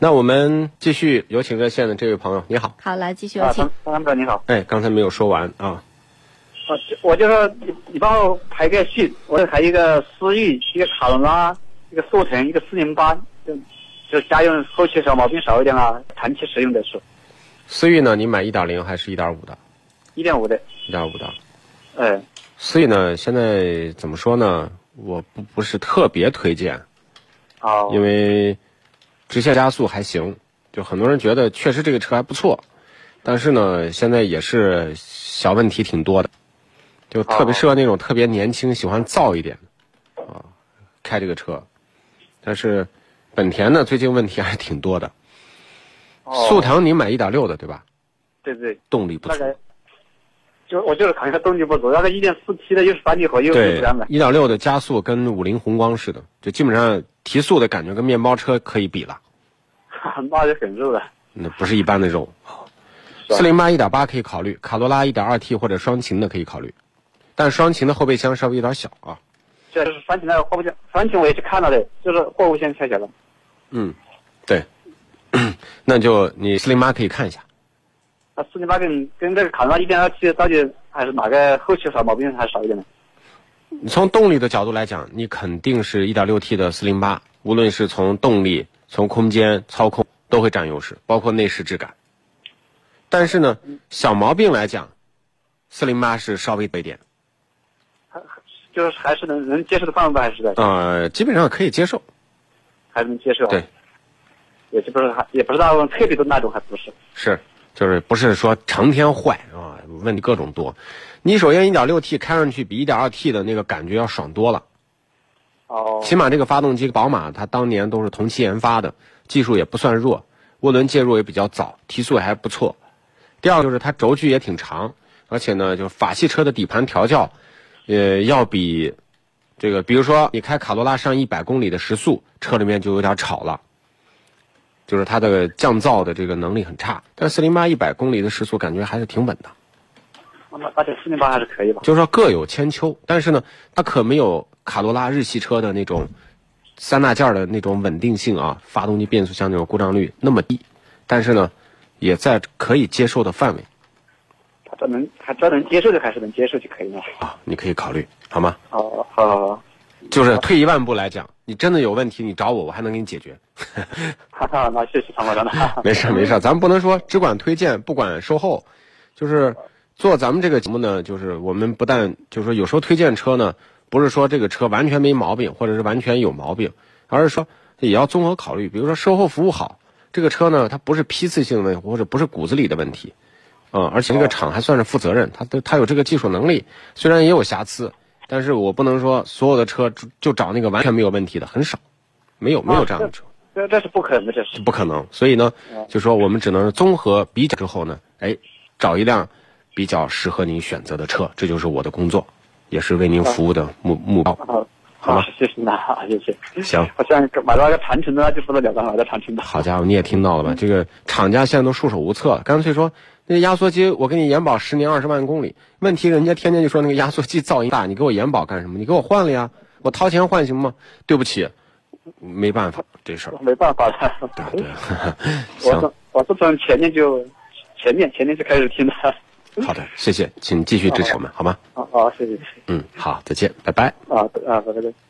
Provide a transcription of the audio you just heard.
那我们继续有请热线的这位朋友，你好。好，来继续有啊，请张。张哥你好，哎，刚才没有说完啊。我我就说你你帮我排个序，我排一个思域，一个卡罗拉，一个速腾，一个四零八，就就家用后期小毛病少一点啊，长期使用的是思域呢，你买一点零还是一点五的？一点五的，一点五的。嗯，思域呢，现在怎么说呢？我不不是特别推荐，好，因为直线加速还行，就很多人觉得确实这个车还不错，但是呢，现在也是小问题挺多的，就特别适合那种特别年轻、喜欢造一点的啊，开这个车。但是本田呢，最近问题还挺多的。哦速腾你买一点六的对吧？对对，动力不那错，个就我就是考虑它动力不足，那个一点四 T 的又是反扭合又是对不燃的，， 一点六的加速跟五菱宏光似的，就基本上提速的感觉跟面包车可以比了。那就很肉了，那不是一般的肉。是四零八一点八可以考虑，卡罗拉一点二 T 或者双擎的可以考虑，但双擎的后备箱稍微有点小啊。就是反起那个货物箱，反起我也去看了的，就是货物箱太小了，嗯，对， 那就你四零八可以看一下。那四零八跟跟这个卡罗拉一点二 T 到底还是哪个后期少毛病还少一点呢？你从动力的角度来讲，你肯定是一点六 T 的四零八，无论是从动力、从空间、操控都会占优势，包括内饰质感。但是呢，小毛病来讲，四零八是稍微多一点，就是还是能能接受的范围吧，还是的，呃，基本上可以接受。还是能接受。啊对，也就不是还也不是那种特别的那种，还不是。是，就是不是说成天坏啊，问题各种多。你首先一点六 T 开上去比一点二 T 的那个感觉要爽多了，哦，起码这个发动机，宝马它当年都是同期研发的，技术也不算弱，涡轮介入也比较早，提速也还不错。第二个就是它轴距也挺长，而且呢，就是法系车的底盘调教，呃，要比这个，比如说你开卡罗拉上一百公里的时速，车里面就有点吵了。就是它的降噪的这个能力很差，但四零八一百公里的时速感觉还是挺稳的。那那点四零八还是可以吧？就是说各有千秋，但是呢，它可没有卡罗拉日系车的那种三大件儿的那种稳定性啊，发动机、变速箱那种故障率那么低，但是呢，也在可以接受的范围他这能他这能接受的还是能接受就可以了。啊，你可以考虑，好吗？哦，好好好，就是退一万步来讲，你真的有问题，你找我，我还能给你解决。哈哈，那谢谢唐老长了。 没事儿没事儿，咱们不能说只管推荐不管售后，就是做咱们这个节目呢，就是我们不但就是说有时候推荐车呢，不是说这个车完全没毛病，或者是完全有毛病，而是说也要综合考虑，比如说售后服务好，这个车呢它不是批次性的问题，或者不是骨子里的问题，啊、而且这个厂还算是负责任，它它有这个技术能力，虽然也有瑕疵，但是我不能说所有的车就就找那个完全没有问题的，很少，没有没有这样的车。这这是不可能的，这是。不可能。所以呢，就说我们只能是综合比较之后呢，哎，找一辆比较适合您选择的车，这就是我的工作，也是为您服务的目目标。好，嗯好吧啊，谢谢你啊，谢谢。行，我想买到那个长城的，那就不得了了，买到长城的。好家伙，你也听到了吧？这个厂家现在都束手无策了，干脆说那压缩机我给你延保十年二十万公里，问题人家天天就说那个压缩机噪音大，你给我延保干什么？你给我换了呀，我掏钱换行吗？对不起，没办法这事儿。啊没办法了。对 对，我行是，我是从前年就前年前年就开始听的。哦好的，谢谢，请继续支持我们，好吗？好好，谢谢。嗯，好，再见，拜拜。啊啊，拜拜。